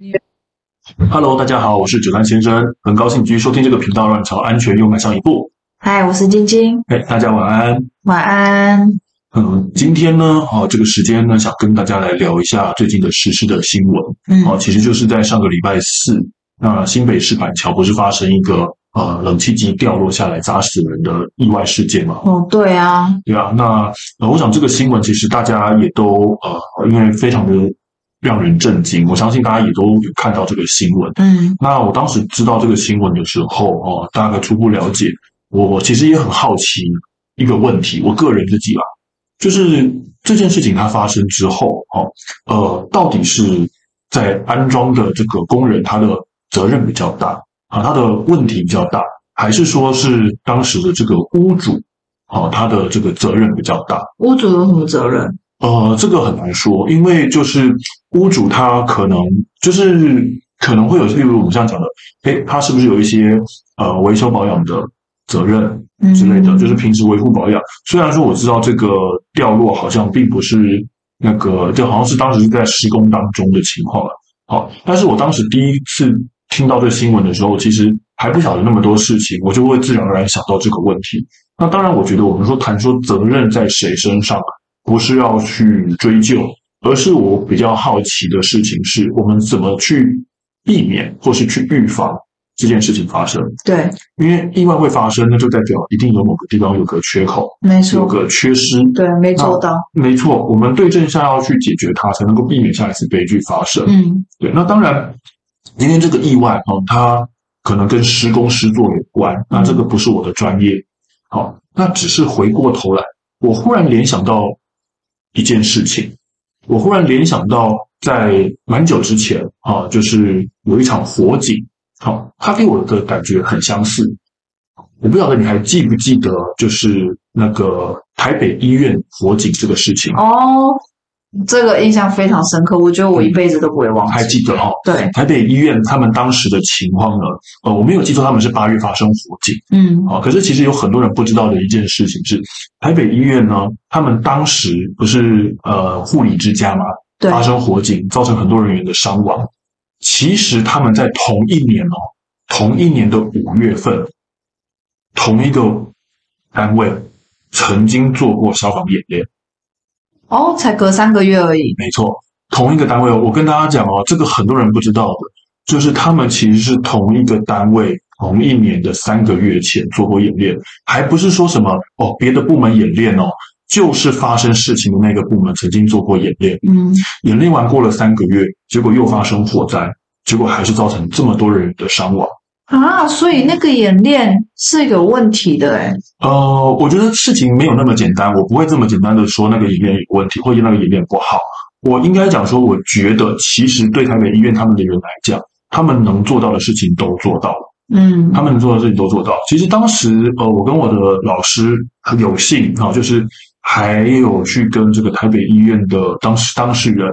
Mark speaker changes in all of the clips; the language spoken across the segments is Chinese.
Speaker 1: 你
Speaker 2: Hello，大家好，我是九丹先生，很高兴继续收听这个频道，让你朝安全又迈上一步。
Speaker 1: 嗨，我是晶晶，
Speaker 2: 哎，大家晚安。
Speaker 1: 晚安。
Speaker 2: 嗯，今天呢，啊，这个时间呢，想跟大家来聊一下最近的时事的新闻。
Speaker 1: 嗯
Speaker 2: 啊，其实就是在上个礼拜四，那新北市板桥不是发生一个呃冷气机掉落下来砸死人的意外事件吗？
Speaker 1: 哦，对啊，
Speaker 2: 对啊，那呃，我想这个新闻其实大家也都呃，因为非常的让人震惊，我相信大家也都有看到这个新闻。
Speaker 1: 嗯
Speaker 2: 那我当时知道这个新闻的时候，哦，大概初步了解，我我其实也很好奇一个问题，我个人自己啦，就是这件事情它发生之后，哦，呃，到底是在安装的这个工人他的责任比较大啊，他的问题比较大，还是说是当时的这个屋主，哦，他的这个责任比较大？
Speaker 1: 屋主有什么责任？
Speaker 2: 呃，这个很难说，因为就是屋主他可能就是可能会有，例如我们这样讲的，诶，他是不是有一些呃维修保养的责任
Speaker 1: 嗯
Speaker 2: 之类的，就是平时维护保养。虽然说我知道这个掉落好像并不是那个，就好像是当时是在施工当中的情况了。好，但是我当时第一次听到这个新闻的时候，其实还不晓得那么多事情，我就会自然而然想到这个问题。那当然，我觉得我们说谈说责任在谁身上，不是要去追究，而是我比较好奇的事情是我们怎么去避免或是去预防这件事情发生。
Speaker 1: 对，
Speaker 2: 因为意外会发生，那就代表一定有某个地方有个缺口，
Speaker 1: 没
Speaker 2: 有
Speaker 1: 错，
Speaker 2: 个啊缺失。
Speaker 1: 对，没做到。
Speaker 2: 没错，我们对症下药去解决它，才能够避免下一次悲剧发生。
Speaker 1: 嗯
Speaker 2: 对，那当然，今天这个意外哦，它可能跟施工施作有关，那这个不是我的专业。好、那只是回过头来，我忽然联想到一件事情，我忽然联想到在蛮久之前啊，就是有一场火警，好、它给我的感觉很相似。我不晓得你还记不记得，就是那个台北医院火警这个事情，
Speaker 1: 哦，这个印象非常深刻，我觉得我一辈子都不会忘
Speaker 2: 嗯还
Speaker 1: 记。
Speaker 2: 记得哦。
Speaker 1: 对，
Speaker 2: 台北医院他们当时的情况呢，呃，我没有记错，他们是八月发生火警
Speaker 1: 嗯
Speaker 2: 啊。可是其实有很多人不知道的一件事情是，台北医院呢，他们当时不是呃护理之家嘛，
Speaker 1: 对，
Speaker 2: 发生火警，造成很多人员的伤亡。其实他们在同一年哦，同一年的五月份，同一个单位曾经做过消防演练。
Speaker 1: 哦，才隔三个月而已。
Speaker 2: 没错，同一个单位哦。我跟大家讲哦，这个很多人不知道的，就是他们其实是同一个单位，同一年的三个月前做过演练，还不是说什么哦别的部门演练哦，就是发生事情的那个部门曾经做过演练，
Speaker 1: 嗯，
Speaker 2: 演练完过了三个月，结果又发生火灾，结果还是造成这么多人的伤亡。
Speaker 1: 啊，所以那个演练是有问题的，哎，
Speaker 2: 呃，我觉得事情没有那么简单，我不会这么简单的说那个演练有问题，或者那个演练不好。我应该讲说，我觉得其实对台北医院他们的人来讲，他们能做到的事情都做到了，
Speaker 1: 嗯
Speaker 2: 他们能做到的事情都做到。其实当时，呃，我跟我的老师很有幸啊，就是还有去跟这个台北医院的当时当事人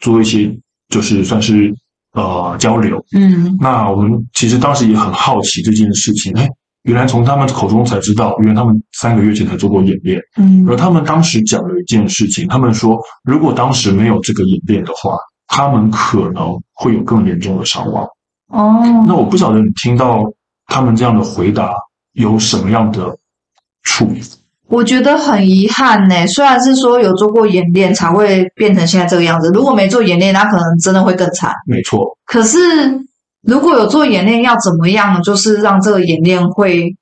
Speaker 2: 做一些，就是算是呃交流。
Speaker 1: 嗯
Speaker 2: 那我们其实当时也很好奇这件事情，哎，原来从他们口中才知道，原来他们三个月前才做过演练。
Speaker 1: 嗯
Speaker 2: 而他们当时讲了一件事情，他们说，如果当时没有这个演练的话，他们可能会有更严重的伤亡。
Speaker 1: 哦，
Speaker 2: 那我不晓得你听到他们这样的回答有什么样的处理？
Speaker 1: 我觉得很遗憾呢。虽然是说有做过演练才会变成现在这个样子，如果没做演练，那可能真的会更惨。
Speaker 2: 没错，
Speaker 1: 可是如果有做演练，要怎么样，就是让这个演练会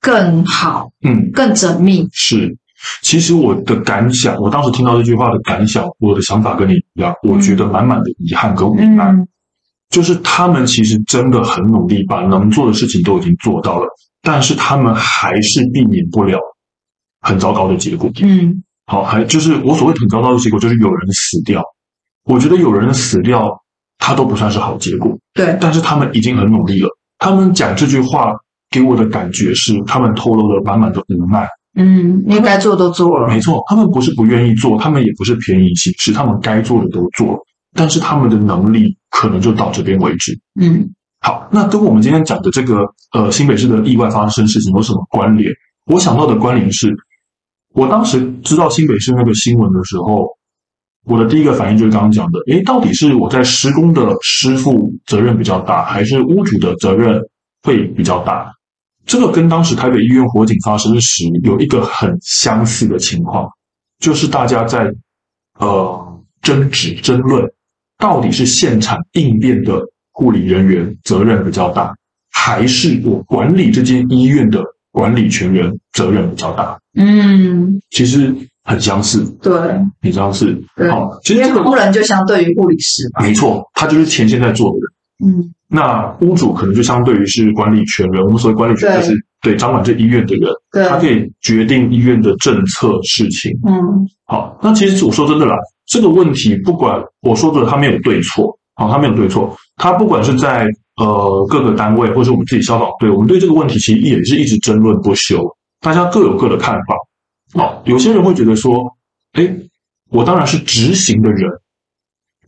Speaker 1: 更好、
Speaker 2: 嗯，
Speaker 1: 更缜密。
Speaker 2: 是，其实我的感想，我当时听到这句话的感想，我的想法跟你一样，我觉得满满的遗憾跟无奈。
Speaker 1: 嗯
Speaker 2: 就是他们其实真的很努力，把能做的事情都已经做到了，但是他们还是避免不了很糟糕的结果。
Speaker 1: 嗯
Speaker 2: 好，还就是我所谓很糟糕的结果，就是有人死掉。我觉得有人死掉，他都不算是好结果，
Speaker 1: 对，
Speaker 2: 但是他们已经很努力了。他们讲这句话给我的感觉是，他们透露了满满的无奈。
Speaker 1: 嗯，应该做都做了
Speaker 2: 没。错，他们不是不愿意做，他们也不是便宜行事，他们该做的都做了，但是他们的能力可能就到这边为止。
Speaker 1: 嗯
Speaker 2: 好，那跟我们今天讲的这个呃新北市的意外发生事情有什么关联？我想到的关联是，我当时知道新北市那个新闻的时候，我的第一个反应就是刚刚讲的，诶，到底是我在施工的师傅责任比较大，还是屋主的责任会比较大？这个跟当时台北医院火警发生时有一个很相似的情况，就是大家在呃争执争论，到底是现场应变的护理人员责任比较大，还是我管理这间医院的管理权人责任比较大？
Speaker 1: 嗯，
Speaker 2: 其实很相似，
Speaker 1: 对，
Speaker 2: 很相似。
Speaker 1: 对
Speaker 2: 好，其
Speaker 1: 因
Speaker 2: 实
Speaker 1: 为
Speaker 2: 这
Speaker 1: 工
Speaker 2: 个
Speaker 1: 人就相对于护理师嘛，
Speaker 2: 没错，他就是前线在做的人。
Speaker 1: 嗯，
Speaker 2: 那屋主可能就相对于是管理权人，我们所谓管理权人就是对掌管这医院的人，
Speaker 1: 对，
Speaker 2: 他可以决定医院的政策事情。
Speaker 1: 嗯，
Speaker 2: 好，那其实我说真的啦，这个问题不管我说的，它没有对错，好，它没有对错，它不管是在呃各个单位，或是我们自己消防队，我们对这个问题其实也是一直争论不休，大家各有各的看法。好，有些人会觉得说，哎，我当然是执行的人，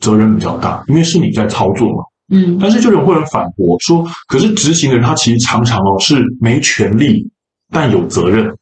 Speaker 2: 责任比较大，因为是你在操作嘛。
Speaker 1: 嗯，
Speaker 2: 但是就有人会很反驳说，可是执行的人他其实常常哦是没权利，但有责任。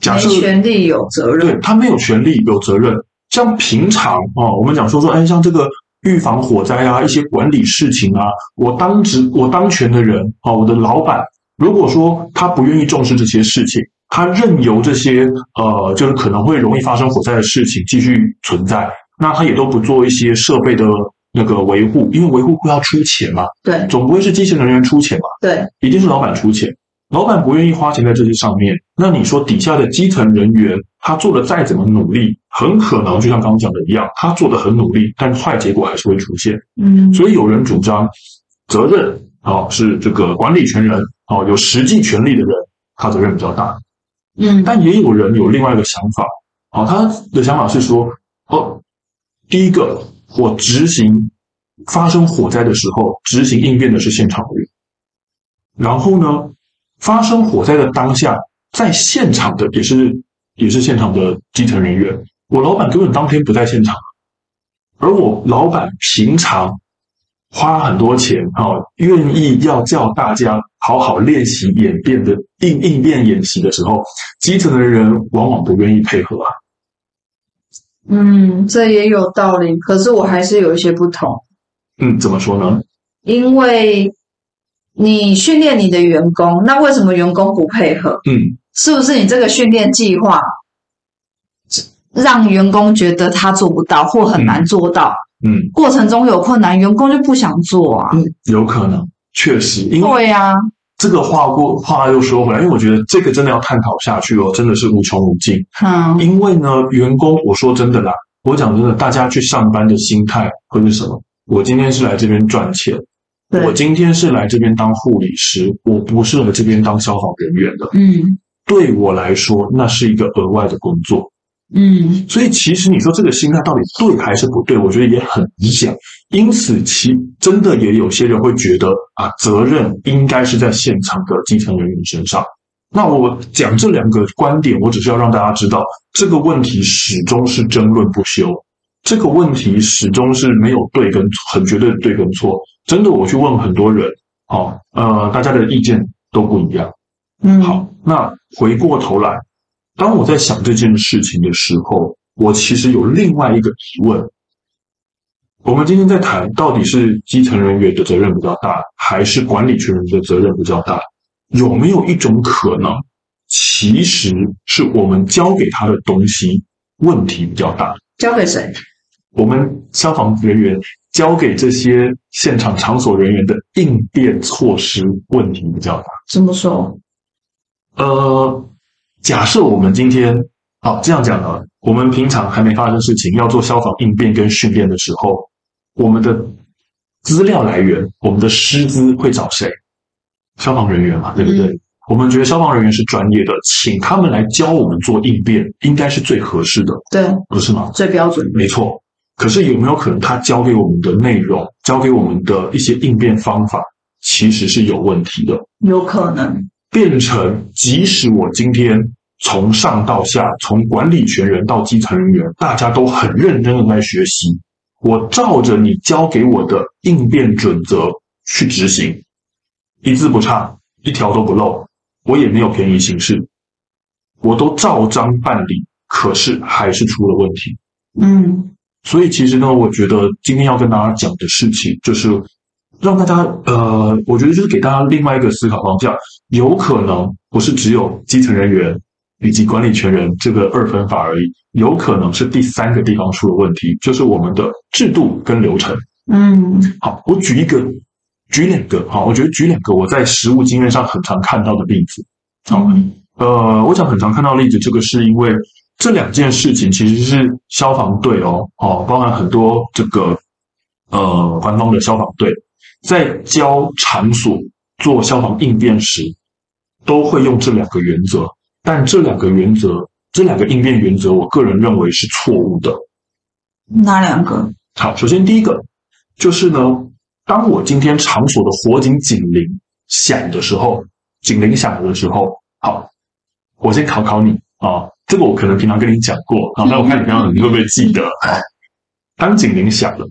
Speaker 2: 假
Speaker 1: 没
Speaker 2: 设
Speaker 1: 权利有责
Speaker 2: 对
Speaker 1: 任，
Speaker 2: 他没有权利有责任。像平常哦，我们讲说说，哎，像这个预防火灾啊，一些管理事情啊，我当职我当权的人哦，我的老板，如果说他不愿意重视这些事情，他任由这些呃，就是可能会容易发生火灾的事情继续存在，那他也都不做一些设备的那个维护，因为维护会要出钱嘛，
Speaker 1: 对
Speaker 2: 总不会是基层人员出钱嘛。
Speaker 1: 对，
Speaker 2: 一定是老板出钱，老板不愿意花钱在这些上面，那你说底下的基层人员他做的再怎么努力，很可能就像刚刚讲的一样，他做的很努力，但坏结果还是会出现。
Speaker 1: 嗯，
Speaker 2: 所以有人主张责任啊、哦是这个管理权人啊、哦有实际权利的人，他责任比较大。
Speaker 1: 嗯，
Speaker 2: 但也有人有另外一个想法，好、他的想法是说，哦，第一个，我执行发生火灾的时候，执行应变的是现场的人，然后呢，发生火灾的当下，在现场的也是也是现场的基层人员，我老板根本当天不在现场，而我老板平常花很多钱哦，愿意要叫大家好好练习演变的应应变演习的时候，基层的人往往不愿意配合啊。
Speaker 1: 嗯，这也有道理，可是我还是有一些不同，
Speaker 2: 嗯，怎么说呢？
Speaker 1: 因为你训练你的员工，那为什么员工不配合？
Speaker 2: 嗯，
Speaker 1: 是不是你这个训练计划让员工觉得他做不到或很难做到？
Speaker 2: 嗯
Speaker 1: 过程中有困难，员工就不想做啊。
Speaker 2: 嗯，有可能，确实，因为
Speaker 1: 对啊呀、
Speaker 2: 这个话过话又说回来，因为我觉得这个真的要探讨下去哦，真的是无穷无尽。
Speaker 1: 嗯，
Speaker 2: 因为呢，员工，我说真的啦，我讲真的，大家去上班的心态会是什么？我今天是来这边赚钱，
Speaker 1: 对
Speaker 2: 我，今天是来这边当护理师，我不是来这边当消防人员的。
Speaker 1: 嗯
Speaker 2: 对我来说，那是一个额外的工作。
Speaker 1: 嗯，
Speaker 2: 所以其实你说这个心态到底对还是不对，我觉得也很理想。因此，其真的也有些人会觉得啊，责任应该是在现场的基层人员身上。那我讲这两个观点，我只是要让大家知道，这个问题始终是争论不休，这个问题始终是没有对跟错很绝对的对跟错。真的，我去问很多人，哦，呃，大家的意见都不一样。
Speaker 1: 嗯，
Speaker 2: 好，那回过头来，当我在想这件事情的时候，我其实有另外一个疑问。我们今天在谈到底是基层人员的责任比较大，还是管理权人的责任比较大？有没有一种可能，其实是我们交给他的东西问题比较大？
Speaker 1: 交给谁？
Speaker 2: 我们消防人员交给这些现场场所人员的应变措施问题比较大？
Speaker 1: 怎么说？
Speaker 2: 呃，假设我们今天，好，这样讲啊，我们平常还没发生事情，要做消防应变跟训练的时候，我们的资料来源，我们的师资会找谁？消防人员嘛，对不对？
Speaker 1: 嗯
Speaker 2: 我们觉得消防人员是专业的，请他们来教我们做应变，应该是最合适的，
Speaker 1: 对，
Speaker 2: 不是吗？
Speaker 1: 最标准。
Speaker 2: 没错。可是有没有可能他教给我们的内容，教给我们的一些应变方法，其实是有问题的？
Speaker 1: 有可能。
Speaker 2: 变成，即使我今天从上到下，从管理权人到基层人员，大家都很认真的在学习，我照着你教给我的应变准则去执行，一字不差，一条都不漏，我也没有便宜行事，我都照章办理，可是还是出了问题。
Speaker 1: 嗯，
Speaker 2: 所以其实呢，我觉得今天要跟大家讲的事情，就是让大家呃，我觉得就是给大家另外一个思考方向，有可能不是只有基层人员以及管理权人这个二分法而已，有可能是第三个地方出了问题，就是我们的制度跟流程。
Speaker 1: 嗯
Speaker 2: 好，我举一个，举两个，好，我觉得举两个我在实务经验上很常看到的例子。好，
Speaker 1: 嗯
Speaker 2: 呃，我想很常看到例子，这个是因为这两件事情其实是消防队哦，哦，包含很多这个呃官方的消防队在教场所做消防应变时，都会用这两个原则，但这两个原则，这两个应变原则，我个人认为是错误的。
Speaker 1: 哪两个？
Speaker 2: 好，首先第一个就是呢，当我今天场所的火警警铃响的时候，警铃响的时候，好，我先考考你啊，这个我可能平常跟你讲过啊，但我看你平常你会不会记得啊？当警铃响了，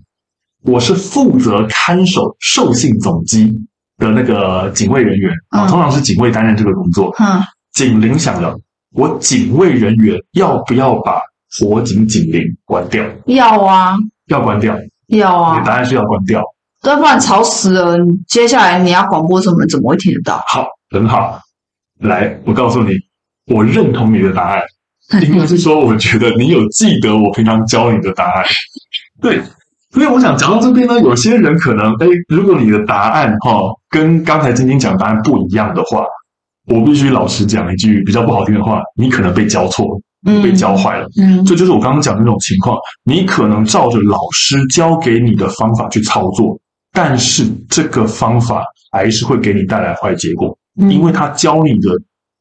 Speaker 2: 我是负责看守授信总机的那个警卫人员啊，
Speaker 1: 嗯
Speaker 2: 通常是警卫担任这个工作。
Speaker 1: 嗯
Speaker 2: 警铃响了，我警卫人员要不要把火警警铃关掉？
Speaker 1: 要啊
Speaker 2: 要关掉。
Speaker 1: 要
Speaker 2: 你
Speaker 1: 啊
Speaker 2: 的，答案是要关掉。
Speaker 1: 要不然吵死了。你接下来你要广播什么，怎么会听得到？
Speaker 2: 好，很好。来，我告诉你，我认同你的答案，因为是说我觉得你有记得我平常教你的答案。对，所以我想讲到这边呢，有些人可能，哎，如果你的答案哈、跟刚才晶晶讲的答案不一样的话，我必须老实讲一句比较不好听的话，你可能被教错了，
Speaker 1: 嗯
Speaker 2: 被教坏了。
Speaker 1: 嗯
Speaker 2: 这就是我刚刚讲的那种情况，你可能照着老师教给你的方法去操作，但是这个方法还是会给你带来坏结果，
Speaker 1: 嗯
Speaker 2: 因为他教你的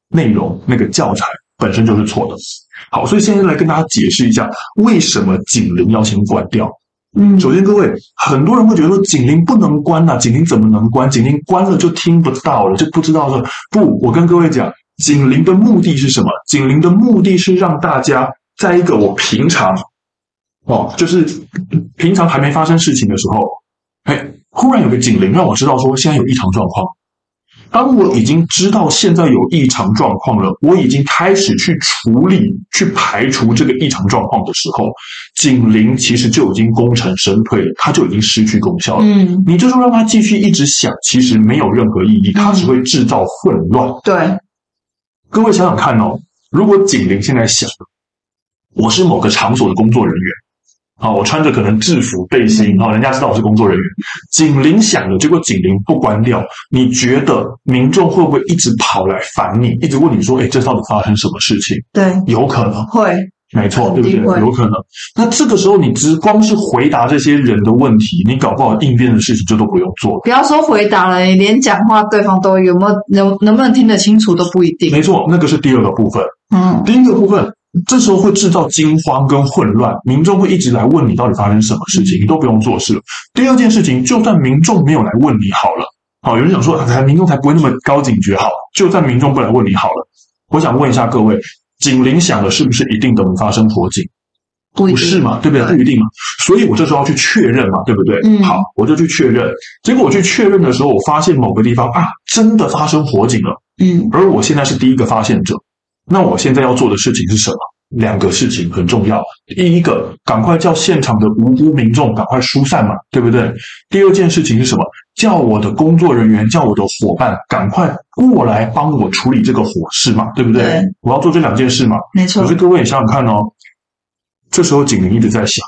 Speaker 2: 内容那个教材本身就是错的。好，所以现在来跟大家解释一下，为什么警铃要先关掉。
Speaker 1: 嗯
Speaker 2: 首先，各位，很多人会觉得说警铃不能关呐、啊警铃怎么能关？警铃关了就听不到了，就不知道说不。我跟各位讲，警铃的目的是什么？警铃的目的是让大家在一个我平常哦，就是平常还没发生事情的时候，哎，忽然有个警铃让我知道说现在有异常状况。当我已经知道现在有异常状况了，我已经开始去处理、去排除这个异常状况的时候，警铃其实就已经功成身退了，它就已经失去功效了。
Speaker 1: 嗯，
Speaker 2: 你就说让它继续一直响，其实没有任何意义，它只会制造混乱。
Speaker 1: 对，
Speaker 2: 各位想想看哦，如果警铃现在响了，我是某个场所的工作人员，啊，我穿着可能制服背心，啊，人家知道我是工作人员。警铃响了，结果警铃不关掉，你觉得民众会不会一直跑来烦你，一直问你说，哎，这到底发生什么事情？
Speaker 1: 对，
Speaker 2: 有可能，
Speaker 1: 会，
Speaker 2: 没错，对不对
Speaker 1: 肯定会？
Speaker 2: 有可能。那这个时候，你只光是回答这些人的问题，你搞不好应变的事情就都不用做了。
Speaker 1: 不要说回答了，你连讲话对方都有没有能能不能听得清楚都不一定。
Speaker 2: 没错，那个是第二个部分。
Speaker 1: 嗯
Speaker 2: 第一个部分，这时候会制造惊慌跟混乱，民众会一直来问你到底发生什么事
Speaker 1: 嗯
Speaker 2: 情，你都不用做事了。第二件事情，就算民众没有来问你好了，好，有人想说，哎，民众才不会那么高警觉，好，就算民众不来问你好了，我想问一下各位，警铃响了，是不是一定等于发生火警？
Speaker 1: 不一
Speaker 2: 不
Speaker 1: 定
Speaker 2: 是嘛，对不对？不一定嘛，所以我这时候要去确认嘛，对不对？
Speaker 1: 嗯
Speaker 2: 好，我就去确认。结果我去确认的时候，我发现某个地方啊，真的发生火警了，
Speaker 1: 嗯
Speaker 2: 而我现在是第一个发现者。那我现在要做的事情是什么？两个事情很重要。第一个，赶快叫现场的无辜民众赶快疏散嘛，对不对？第二件事情是什么？叫我的工作人员，叫我的伙伴赶快过来帮我处理这个火势嘛，对不对？
Speaker 1: 对
Speaker 2: 我要做这两件事嘛。
Speaker 1: 没错
Speaker 2: 可是各位，你想想看哦，这时候警铃一直在响，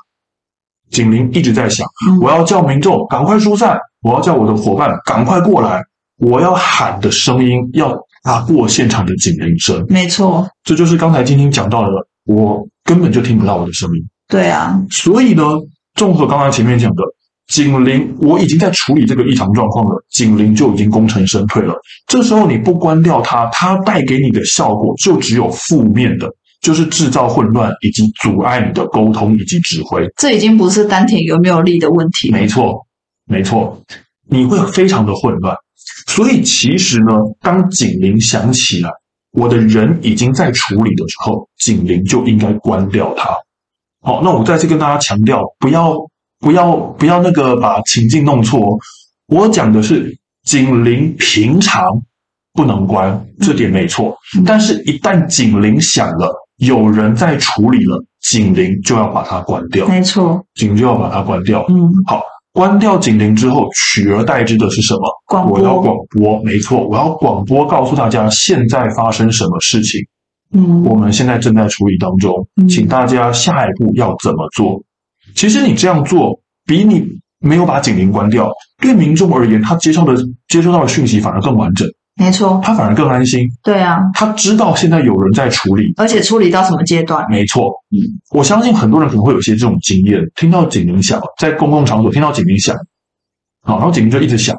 Speaker 2: 警铃一直在响，
Speaker 1: 嗯
Speaker 2: 我要叫民众赶快疏散，我要叫我的伙伴赶快过来，我要喊的声音要打过现场的警铃声，
Speaker 1: 没错，
Speaker 2: 这就是刚才晶晶讲到的，我根本就听不到我的声音。
Speaker 1: 对啊，
Speaker 2: 所以呢，综合刚才前面讲的，警铃我已经在处理这个异常状况了，警铃就已经功成身退了。这时候你不关掉它，它带给你的效果就只有负面的，就是制造混乱以及阻碍你的沟通以及指挥。
Speaker 1: 这已经不是丹田有没有力的问题了。
Speaker 2: 没错，没错，你会非常的混乱。所以其实呢，当警铃响起来，我的人已经在处理的时候，警铃就应该关掉它。好，那我再次跟大家强调，不要不要不要那个把情境弄错哦。我讲的是警铃平常不能关，这点没错
Speaker 1: 嗯。
Speaker 2: 但是，一旦警铃响了，有人在处理了，警铃就要把它关掉，
Speaker 1: 没错，
Speaker 2: 警就要把它关掉。
Speaker 1: 嗯，
Speaker 2: 关掉警铃之后，取而代之的是什么？
Speaker 1: 广
Speaker 2: 我要
Speaker 1: 播，
Speaker 2: 广播，没错，我要广播告诉大家现在发生什么事情，
Speaker 1: 嗯，
Speaker 2: 我们现在正在处理当中，
Speaker 1: 嗯
Speaker 2: 请大家下一步要怎么做。其实你这样做，比你没有把警铃关掉，对民众而言，他接收的接收到的讯息反而更完整，
Speaker 1: 没错，
Speaker 2: 他反而更安心，
Speaker 1: 对啊，
Speaker 2: 他知道现在有人在处理。
Speaker 1: 而且处理到什么阶段？
Speaker 2: 没错，
Speaker 1: 嗯
Speaker 2: 我相信很多人可能会有一些这种经验，听到警铃响，在公共场所听到警铃响，好，然后警铃就一直响，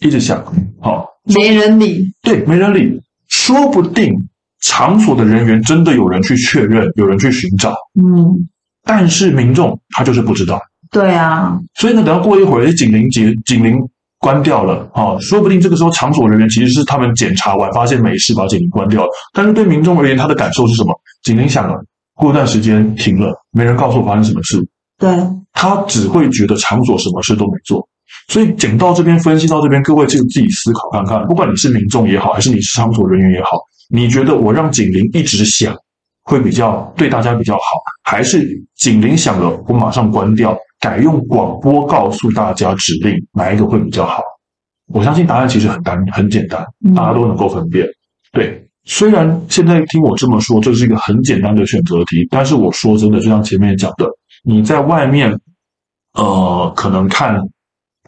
Speaker 2: 一直响，好，
Speaker 1: 没人理，
Speaker 2: 对，没人理。说不定场所的人员真的有人去确认，有人去寻找，
Speaker 1: 嗯，
Speaker 2: 但是民众他就是不知道。
Speaker 1: 对啊，
Speaker 2: 所以呢，等到过一会儿，哎警铃解警铃关掉了啊，说不定这个时候场所人员其实是他们检查完发现没事，把警铃关掉了。但是对民众而言，他的感受是什么？警铃响了，过一段时间停了，没人告诉我发生什么事，
Speaker 1: 对，嗯
Speaker 2: 他只会觉得场所什么事都没做。所以讲到这边，分析到这边，各位就自己思考看看，不管你是民众也好，还是你是场所人员也好，你觉得我让警铃一直响会比较对大家比较好，还是警铃响了我马上关掉，改用广播告诉大家指令，哪一个会比较好？我相信答案其实很单很简单，
Speaker 1: 嗯
Speaker 2: 大家都能够分辨。对，虽然现在听我这么说，这是一个很简单的选择题，但是我说真的，就像前面讲的，你在外面，呃，可能看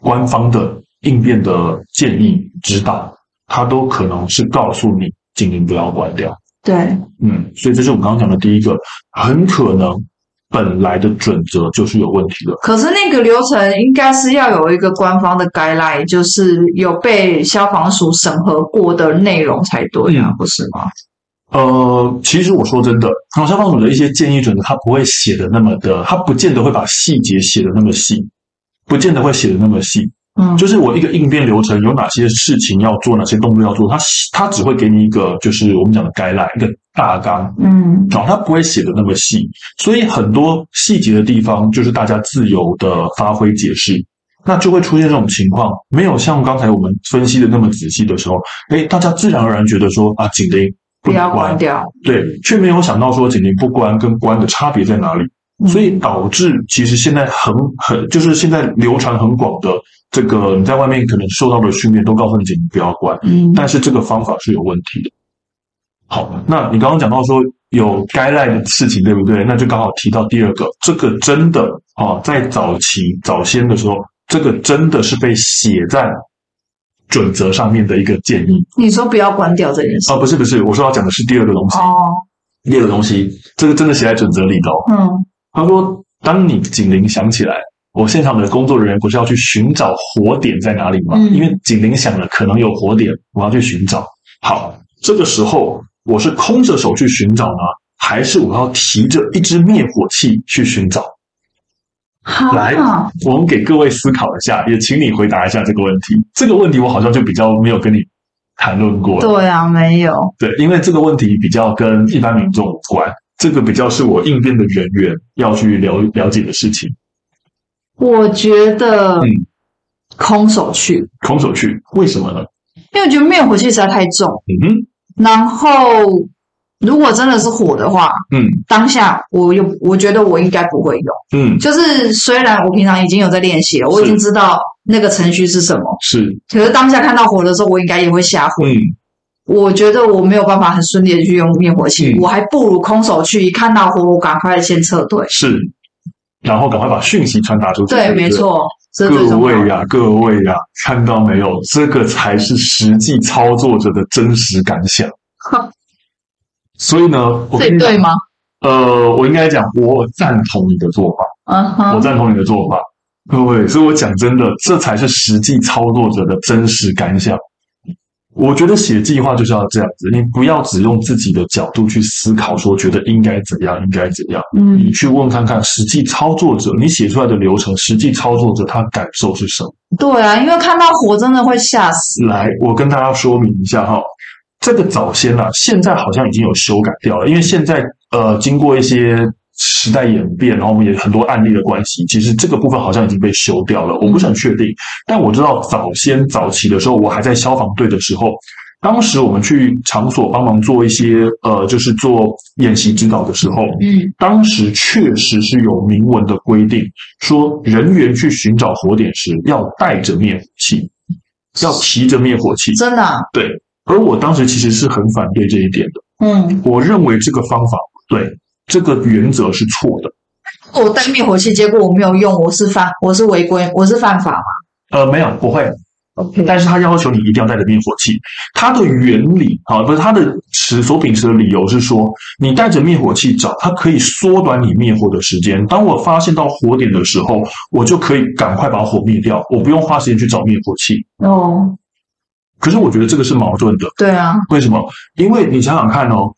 Speaker 2: 官方的应变的建议指导，它都可能是告诉你警铃不要关掉。
Speaker 1: 对，
Speaker 2: 嗯，所以这是我们刚刚讲的第一个，很可能本来的准则就是有问题的。
Speaker 1: 可是那个流程应该是要有一个官方的 guideline，就是有被消防署审核过的内容才对啊，不是吗？
Speaker 2: 呃，其实我说真的，然后消防署的一些建议准则，它不会写的那么的，它不见得会把细节写的那么细，不见得会写的那么细。
Speaker 1: 嗯，
Speaker 2: 就是我一个应变流程有哪些事情要做，哪些动作要做，它它只会给你一个就是我们讲的 guideline 一个大纲，
Speaker 1: 嗯，
Speaker 2: 哦，它不会写的那么细，所以很多细节的地方就是大家自由的发挥解释，那就会出现这种情况，没有像刚才我们分析的那么仔细的时候，哎，大家自然而然觉得说啊，警铃
Speaker 1: 不
Speaker 2: 能
Speaker 1: 要关掉，
Speaker 2: 对，却没有想到说警铃不关跟关的差别在哪里，
Speaker 1: 嗯
Speaker 2: 所以导致其实现在很很就是现在流传很广的这个你在外面可能受到的训练都告诉你警铃不要关，
Speaker 1: 嗯，
Speaker 2: 但是这个方法是有问题的。好，那你刚刚讲到说有该赖的事情，对不对？那就刚好提到第二个，这个真的啊，在早期早先的时候，这个真的是被写在准则上面的一个建议
Speaker 1: 你说不要关掉这件事，
Speaker 2: 啊，不是不是，我说要讲的是第二个东西，
Speaker 1: 哦，
Speaker 2: 第二个东西，这个真的写在准则里的哦。
Speaker 1: 嗯，
Speaker 2: 他说，当你警铃响起来，我现场的工作人员不是要去寻找火点在哪里吗？
Speaker 1: 嗯
Speaker 2: 因为警铃响了，可能有火点，我要去寻找。好，这个时候我是空着手去寻找呢，还是我要提着一支灭火器去寻找？
Speaker 1: 好
Speaker 2: 来我们给各位思考一下，也请你回答一下这个问题。这个问题我好像就比较没有跟你谈论过了。
Speaker 1: 对啊，没有，
Speaker 2: 对，因为这个问题比较跟一般民众无关，这个比较是我应变的人员要去了了解的事情。
Speaker 1: 我觉得
Speaker 2: 嗯
Speaker 1: 空手去，
Speaker 2: 空手去，为什么呢？
Speaker 1: 因为我觉得灭火器实在太重，
Speaker 2: 嗯哼
Speaker 1: 然后如果真的是火的话，
Speaker 2: 嗯
Speaker 1: 当下我又我觉得我应该不会用。
Speaker 2: 嗯，
Speaker 1: 就是虽然我平常已经有在练习了，我已经知道那个程序是什么，
Speaker 2: 是，
Speaker 1: 可是当下看到火的时候，我应该也会吓火。
Speaker 2: 嗯
Speaker 1: 我觉得我没有办法很顺利的去用灭火器，
Speaker 2: 嗯
Speaker 1: 我还不如空手去，一看到火我赶快先撤退。
Speaker 2: 是，然后赶快把讯息传达出去。
Speaker 1: 对，
Speaker 2: 不
Speaker 1: 没。错，这是最
Speaker 2: 各
Speaker 1: 重要
Speaker 2: 位啊
Speaker 1: 的。
Speaker 2: 呀、各位呀、看到没有？这个才是实际操作者的真实感想。所以呢，我
Speaker 1: 这
Speaker 2: 跟你讲
Speaker 1: 对吗？
Speaker 2: 呃，我应该讲，我赞同你的做法，
Speaker 1: 嗯
Speaker 2: 我
Speaker 1: 哼，
Speaker 2: 赞同你的做法。各位，所以我讲真的，这才是实际操作者的真实感想。我觉得写计划就是要这样子，你不要只用自己的角度去思考，说觉得应该怎样，应该怎样。你
Speaker 1: 嗯，
Speaker 2: 去问看看实际操作者，你写出来的流程，实际操作者他感受是什么？
Speaker 1: 对啊，因为看到火真的会吓死。
Speaker 2: 来，我跟大家说明一下哈，这个早先啊，现在好像已经有修改掉了，因为现在呃，经过一些时代演变，然后我们也很多案例的关系，其实这个部分好像已经被修掉了，我不是很确定，但我知道早先早期的时候，我还在消防队的时候。当时我们去场所帮忙做一些呃，就是做演习指导的时候，
Speaker 1: 嗯
Speaker 2: 当时确实是有明文的规定，说人员去寻找火点时要带着灭火器，要提着灭火器。
Speaker 1: 真的啊、
Speaker 2: 对，而我当时其实是很反对这一点的，
Speaker 1: 嗯，
Speaker 2: 我认为这个方法不对，这个原则是错的。
Speaker 1: 我带哦灭火器，结果我没有用，我是犯，我是违规，我是犯法嘛
Speaker 2: 呃，没有，不会。
Speaker 1: ？OK，
Speaker 2: 但是他要求你一定要带着灭火器。它的原理啊，不是它的持所秉持的理由是说，你带着灭火器找，它可以缩短你灭火的时间。当我发现到火点的时候，我就可以赶快把火灭掉，我不用花时间去找灭火器。
Speaker 1: 哦，
Speaker 2: 可是我觉得这个是矛盾的，
Speaker 1: 对啊，
Speaker 2: 为什么？因为你想想看哦，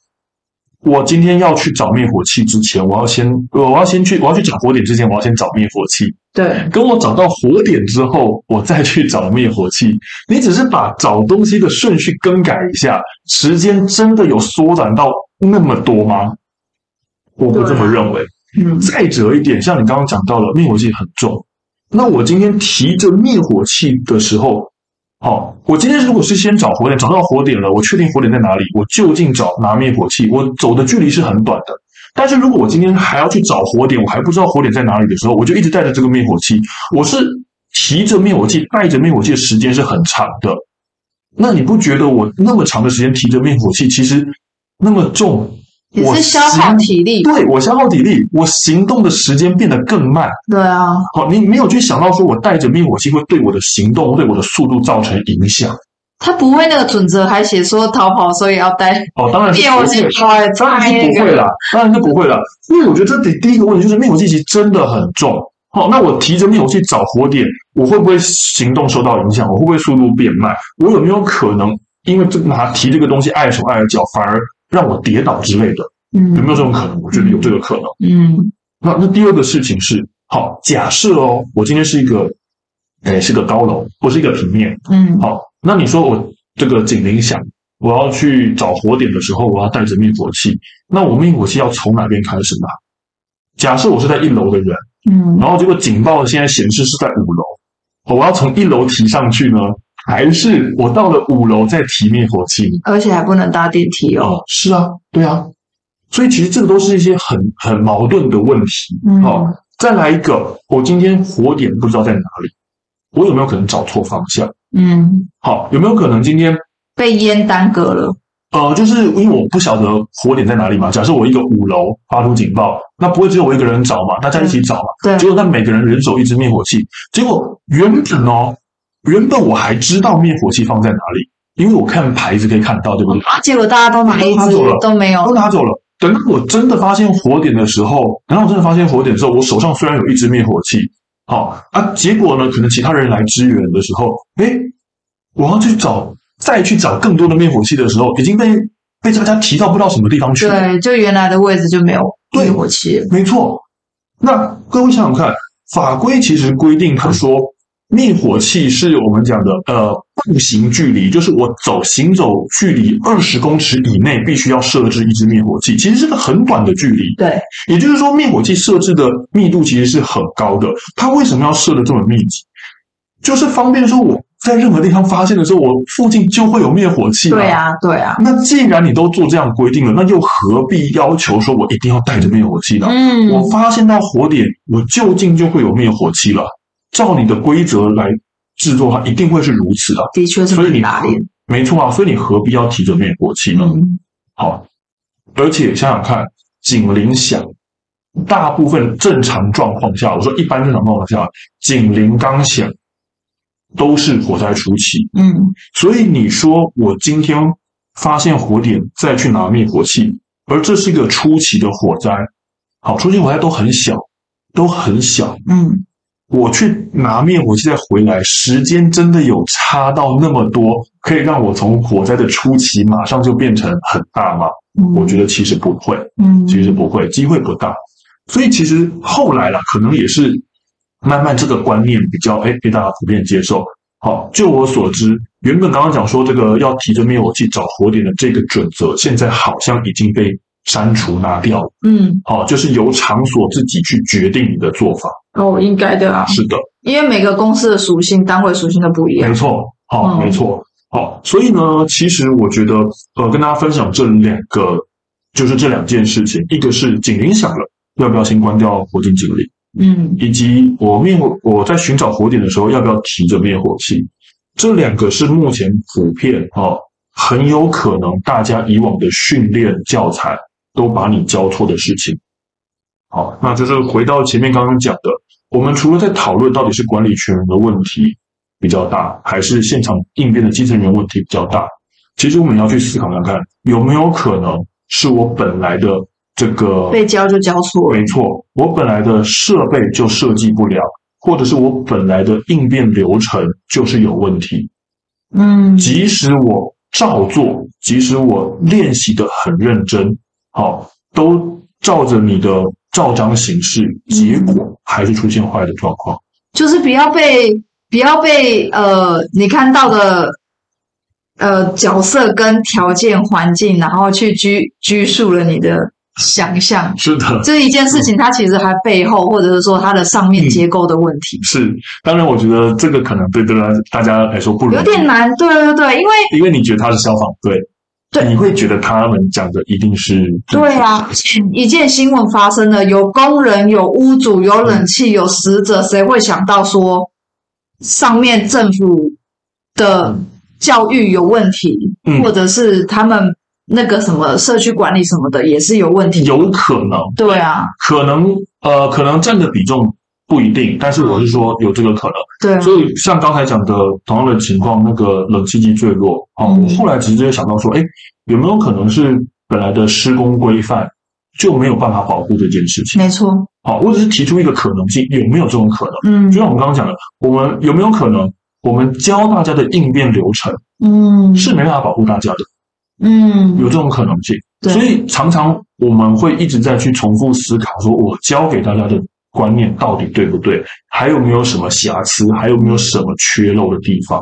Speaker 2: 我今天要去找灭火器之前，我要先呃我要先去我要去找火点之前，我要先找灭火器。
Speaker 1: 对，
Speaker 2: 跟我找到火点之后，我再去找灭火器。你只是把找东西的顺序更改一下，时间真的有缩短到那么多吗？我不这么认为。
Speaker 1: 嗯
Speaker 2: 再者一点，像你刚刚讲到了，灭火器很重。那我今天提着灭火器的时候，哦，我今天如果是先找火点，找到火点了，我确定火点在哪里，我就近找拿灭火器，我走的距离是很短的。但是如果我今天还要去找火点，我还不知道火点在哪里的时候，我就一直带着这个灭火器，我是提着灭火器，带着灭火器的时间是很长的。那你不觉得我那么长的时间提着灭火器，其实那么重，
Speaker 1: 也
Speaker 2: 我
Speaker 1: 是消耗
Speaker 2: 行
Speaker 1: 体力，
Speaker 2: 对我消耗体力，我行动的时间变得更慢。
Speaker 1: 对啊，
Speaker 2: 好，你没有去想到说我带着灭火器会对我的行动、对我的速度造成影响。
Speaker 1: 他不会那个准则，还写说逃跑所以要带
Speaker 2: 哦，当然是
Speaker 1: 灭火器
Speaker 2: 不会，
Speaker 1: 跑来
Speaker 2: 当然
Speaker 1: 带
Speaker 2: 是
Speaker 1: 那
Speaker 2: 不会
Speaker 1: 个，
Speaker 2: 啦，当然是不会啦。因为我觉得这第第一个问题就是灭火器其实真的很重。好，那我提着灭火器找火点，我会不会行动受到影响？我会不会速度变慢？我有没有可能因为这拿提这个东西碍手碍脚，反而让我跌倒之类的？有
Speaker 1: 嗯
Speaker 2: 没有这种可能？我觉得有这个可能。
Speaker 1: 嗯
Speaker 2: 那那第二个事情是，好，假设哦，我今天是一个，哎，是个高楼，不是一个平面。
Speaker 1: 嗯，
Speaker 2: 好，那你说我这个警铃响，我要去找火点的时候，我要带着灭火器，那我灭火器要从哪边开始拿？假设我是在一楼的人，
Speaker 1: 嗯，
Speaker 2: 然后结果警报现在显示是在五楼，哦我要从一楼提上去呢，还是我到了五楼再提灭火器呢？
Speaker 1: 而且还不能搭电梯哦，
Speaker 2: 哦，是啊，对啊，所以其实这个都是一些很很矛盾的问题。
Speaker 1: 嗯
Speaker 2: 好、再来一个，我今天火点不知道在哪里，我有没有可能找错方向？
Speaker 1: 嗯，
Speaker 2: 好、有没有可能今天
Speaker 1: 被烟耽搁了，
Speaker 2: 呃，就是因为我不晓得火点在哪里嘛？假设我一个五楼发出警报，那不会只有我一个人找嘛？大家一起找嘛？
Speaker 1: 对，
Speaker 2: 结果那每个人人手一支灭火器，结果原本哦，原本我还知道灭火器放在哪里，因为我看牌子可以看到，对不对？
Speaker 1: 啊，结果大家都拿一
Speaker 2: 都拿
Speaker 1: 只
Speaker 2: 走了
Speaker 1: 都没有，
Speaker 2: 都拿走了。等到我真的发现火点的时候，等到我真的发现火点的时候，我手上虽然有一支灭火器，好、啊，结果呢，可能其他人来支援的时候，诶，我要去找再去找更多的灭火器的时候，已经被被大家提到不知道什么地方去了。
Speaker 1: 对，就原来的位置就没有
Speaker 2: 对
Speaker 1: 灭火器了，
Speaker 2: 没错。那各位想想看，法规其实规定它说，灭火器是我们讲的呃步行距离，就是我走行走距离二十公尺以内必须要设置一支灭火器，其实是个很短的距离。
Speaker 1: 对，
Speaker 2: 也就是说，灭火器设置的密度其实是很高的。它为什么要设的这么密集？就是方便说我在任何地方发现的时候，我附近就会有灭火器、
Speaker 1: 对。啊，对啊，
Speaker 2: 那既然你都做这样规定了，那又何必要求说我一定要带着灭火器呢？
Speaker 1: 嗯，
Speaker 2: 我发现到火点，我就近就会有灭火器了。照你的规则来制作，它一定会是如此的。
Speaker 1: 的确是
Speaker 2: 所以
Speaker 1: 很
Speaker 2: 你
Speaker 1: 打
Speaker 2: 何
Speaker 1: 脸，
Speaker 2: 没错啊，所以你何必要提着灭火器呢？
Speaker 1: 嗯，
Speaker 2: 好，而且想想看，警铃响，大部分正常状况下，我说一般正常状况下，警铃刚响都是火灾初期。
Speaker 1: 嗯，
Speaker 2: 所以你说我今天发现火点，再去拿灭火器，而这是一个初期的火灾，好，初期火灾都很小，都很小。
Speaker 1: 嗯，
Speaker 2: 我去拿灭火器再回来，时间真的有差到那么多，可以让我从火灾的初期马上就变成很大吗？
Speaker 1: 嗯，
Speaker 2: 我觉得其实不会，
Speaker 1: 嗯，
Speaker 2: 其实不会，机会不大。所以其实后来啦，可能也是慢慢这个观念比较哎被大家普遍接受。好，就我所知，原本刚刚讲说这个要提着灭火器找火点的这个准则，现在好像已经被删除拿掉了。
Speaker 1: 嗯，
Speaker 2: 好，就是由场所自己去决定你的做法。
Speaker 1: 哦，应该的啊，
Speaker 2: 是的，
Speaker 1: 因为每个公司的属性、单位属性都不一样
Speaker 2: 没，错，好、
Speaker 1: 嗯
Speaker 2: 没错。好，所以呢，其实我觉得，呃，跟大家分享这两个，就是这两件事情，一个是警铃响了，要不要先关掉火警警铃，
Speaker 1: 嗯
Speaker 2: 以及我灭火，我在寻找火点的时候，要不要提着灭火器？这两个是目前普遍哦，很有可能大家以往的训练教材都把你教错的事情。好，那就是回到前面刚刚讲的，我们除了在讨论到底是管理群人的问题比较大，还是现场应变的基层人员问题比较大，其实我们要去思考看看，有没有可能是我本来的这个
Speaker 1: 被教就教错了
Speaker 2: 没错，我本来的设备就设计不了，或者是我本来的应变流程就是有问题。
Speaker 1: 嗯
Speaker 2: 即使我照做，即使我练习的很认真，好、都照着你的照章行事，结果还是出现坏的状况。
Speaker 1: 就是不要被不要被呃你看到的呃角色跟条件环境，然后去拘拘束了你的想象。
Speaker 2: 是的，
Speaker 1: 这一件事情，它其实还背后，或者是说它的上面结构的问题，
Speaker 2: 是。当然，我觉得这个可能对大家大家来说不容
Speaker 1: 有
Speaker 2: 易，
Speaker 1: 点难。对对对，因为
Speaker 2: 因为你觉得他是消防队，
Speaker 1: 对
Speaker 2: 你会觉得他们讲的一定是
Speaker 1: 对啊，一件新闻发生了，有工人、有屋主、有冷
Speaker 2: 嗯
Speaker 1: 气、有死者，谁会想到说上面政府的教育有问题，
Speaker 2: 嗯
Speaker 1: 或者是他们那个什么社区管理什么的也是有问题？
Speaker 2: 有可能。
Speaker 1: 对啊，
Speaker 2: 可能呃，可能占的比重不一定，但是我是说
Speaker 1: 嗯
Speaker 2: 有这个可能。
Speaker 1: 对啊，
Speaker 2: 所以像刚才讲的同样的情况，那个冷气机坠落，哦，
Speaker 1: 嗯
Speaker 2: 我后来直接想到说，哎，有没有可能是本来的施工规范就没有办法保护这件事情？
Speaker 1: 没错，
Speaker 2: 好，我只是提出一个可能性，有没有这种可能？
Speaker 1: 嗯
Speaker 2: 就像我们刚刚讲的，我们有没有可能？我们教大家的应变流程
Speaker 1: 嗯
Speaker 2: 是没办法保护大家的，有
Speaker 1: 嗯，
Speaker 2: 这种可能性。
Speaker 1: 对
Speaker 2: 所以常常我们会一直在去重复思考，说我教给大家的观念到底对不对，还有没有什么瑕疵，还有没有什么缺漏的地方。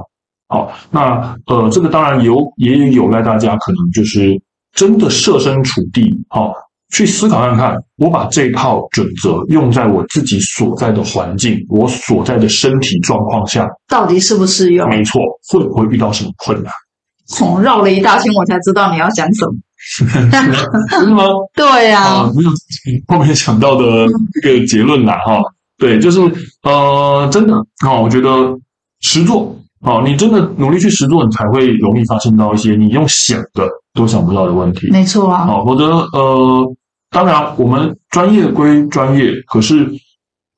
Speaker 2: 好，那呃，这个当然有也有赖大家可能就是真的设身处地，好、去思考看看，我把这套准则用在我自己所在的环境，我所在的身体状况下，
Speaker 1: 到底适不适用？
Speaker 2: 没错，会不会遇到什么困难？
Speaker 1: 从绕了一大圈，我才知道你要讲什么。
Speaker 2: 真的吗？
Speaker 1: 对啊
Speaker 2: 啊，，没有后面想到的这个结论啦，哈、对，就是呃，真的哦，我觉得实做哦，你真的努力去实做，你才会容易发现到一些你用想的都想不到的问题。哦
Speaker 1: 没错啊，
Speaker 2: 好，否则呃，当然我们专业归专业，可是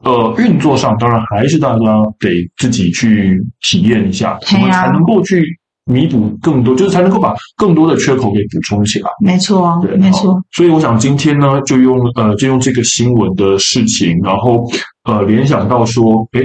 Speaker 2: 呃，运作上当然还是大家得自己去体验一下，我
Speaker 1: 对
Speaker 2: 们
Speaker 1: 呀
Speaker 2: 才能够去弥补更多，就是才能够把更多的缺口给补充起来。
Speaker 1: 没错啊
Speaker 2: 对，，
Speaker 1: 没
Speaker 2: 好
Speaker 1: 错，。
Speaker 2: 所以我想今天呢，就用呃，就用这个新闻的事情，然后呃，联想到说，诶，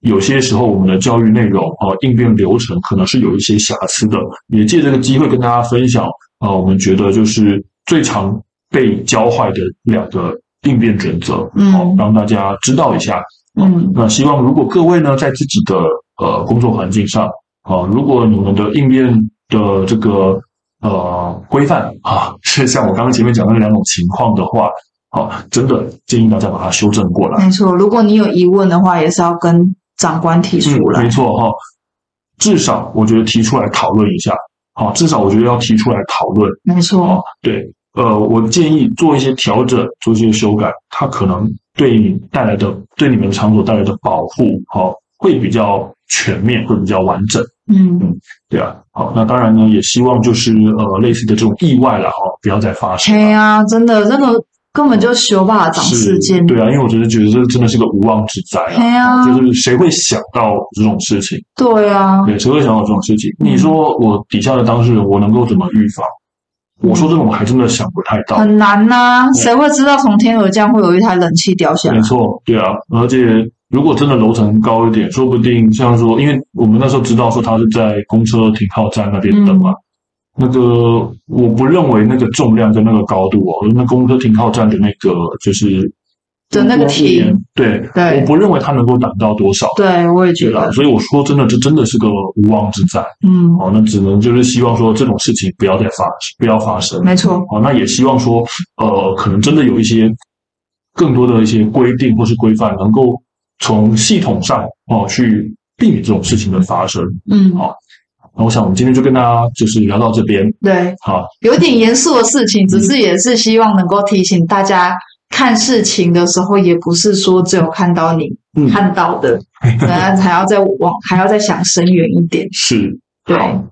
Speaker 2: 有些时候我们的教育内容啊、呃应变流程可能是有一些瑕疵的，也借这个机会跟大家分享啊、呃我们觉得就是最常被教坏的两个应变准则，
Speaker 1: 嗯
Speaker 2: 好让大家知道一下。
Speaker 1: 嗯
Speaker 2: 那希望如果各位呢，在自己的呃工作环境上啊、如果你们的应变的这个呃规范啊， 是像我刚刚前面讲的那两种情况的话，啊，真的建议大家把它修正过来。
Speaker 1: 没错。如果你有疑问的话，也是要跟长官提出来
Speaker 2: 没。错哈、至少我觉得提出来讨论一下，好、至少我觉得要提出来讨论
Speaker 1: 没
Speaker 2: 啊、
Speaker 1: 错，
Speaker 2: 对，呃，我建议做一些调整，做一些修改，它可能对你带来的对你们场所带来的保护，好、会比较全面，会比较完整。
Speaker 1: 嗯，
Speaker 2: 对啊，好，那当然呢，也希望就是呃类似的这种意外了哈、不要再发生
Speaker 1: 对
Speaker 2: 了。
Speaker 1: 啊，真的，这个根本就修吧，长
Speaker 2: 是
Speaker 1: 世间。
Speaker 2: 对啊，因为我觉得觉得这真的是个无妄之灾
Speaker 1: 嘿啊
Speaker 2: 啊，就是谁会想到这种事情？
Speaker 1: 对啊，
Speaker 2: 对，谁会想到这种事情？
Speaker 1: 嗯
Speaker 2: 你说我底下的当事人，我能够怎么预防？
Speaker 1: 嗯
Speaker 2: 我说真的，我还真的想不太到。
Speaker 1: 很难呐，谁会知道从天而降会有一台冷气掉下
Speaker 2: 嗯
Speaker 1: 来
Speaker 2: 没？错，对啊，而且如果真的楼层高一点，说不定像说，因为我们那时候知道说他是在公车停靠站那边等
Speaker 1: 嗯
Speaker 2: 嘛，那个我不认为那个重量跟那个高度哦，那公车停靠站的那个就是
Speaker 1: 的那个停，
Speaker 2: 对，
Speaker 1: 对
Speaker 2: 我不认为它能够挡到多少。
Speaker 1: 对，我也觉
Speaker 2: 对啊，
Speaker 1: 得，
Speaker 2: 所以我说真的，这真的是个无妄之灾
Speaker 1: 嗯，
Speaker 2: 哦。那只能就是希望说这种事情不要再发，不要发生。
Speaker 1: 没错，
Speaker 2: 哦，那也希望说，呃，可能真的有一些更多的一些规定或是规范，能够从系统上哦去避免这种事情的发生。
Speaker 1: 嗯，
Speaker 2: 好那我想我们今天就跟大家就是聊到这边，
Speaker 1: 对，
Speaker 2: 好，
Speaker 1: 有点严肃的事
Speaker 2: 嗯
Speaker 1: 情，只是也是希望能够提醒大家，看事情的时候也不是说只有看到你
Speaker 2: 嗯，
Speaker 1: 看到的， 然后还要再往还要再想深远一点。
Speaker 2: 是，
Speaker 1: 对
Speaker 2: 好。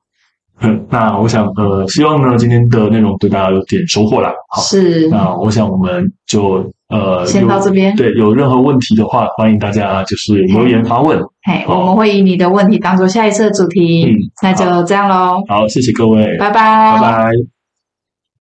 Speaker 2: 嗯，那我想，呃，希望呢今天的内容对大家有点收获啦。好，
Speaker 1: 是，
Speaker 2: 那我想我们就呃，
Speaker 1: 先到
Speaker 2: 有
Speaker 1: 这边
Speaker 2: 对，有任何问题的话，欢迎大家就是留言发问。
Speaker 1: 嘿，我们会以你的问题当做下一次的主题。
Speaker 2: 嗯
Speaker 1: 那就这样喽，
Speaker 2: 好，谢谢各位，
Speaker 1: 拜拜，
Speaker 2: 拜拜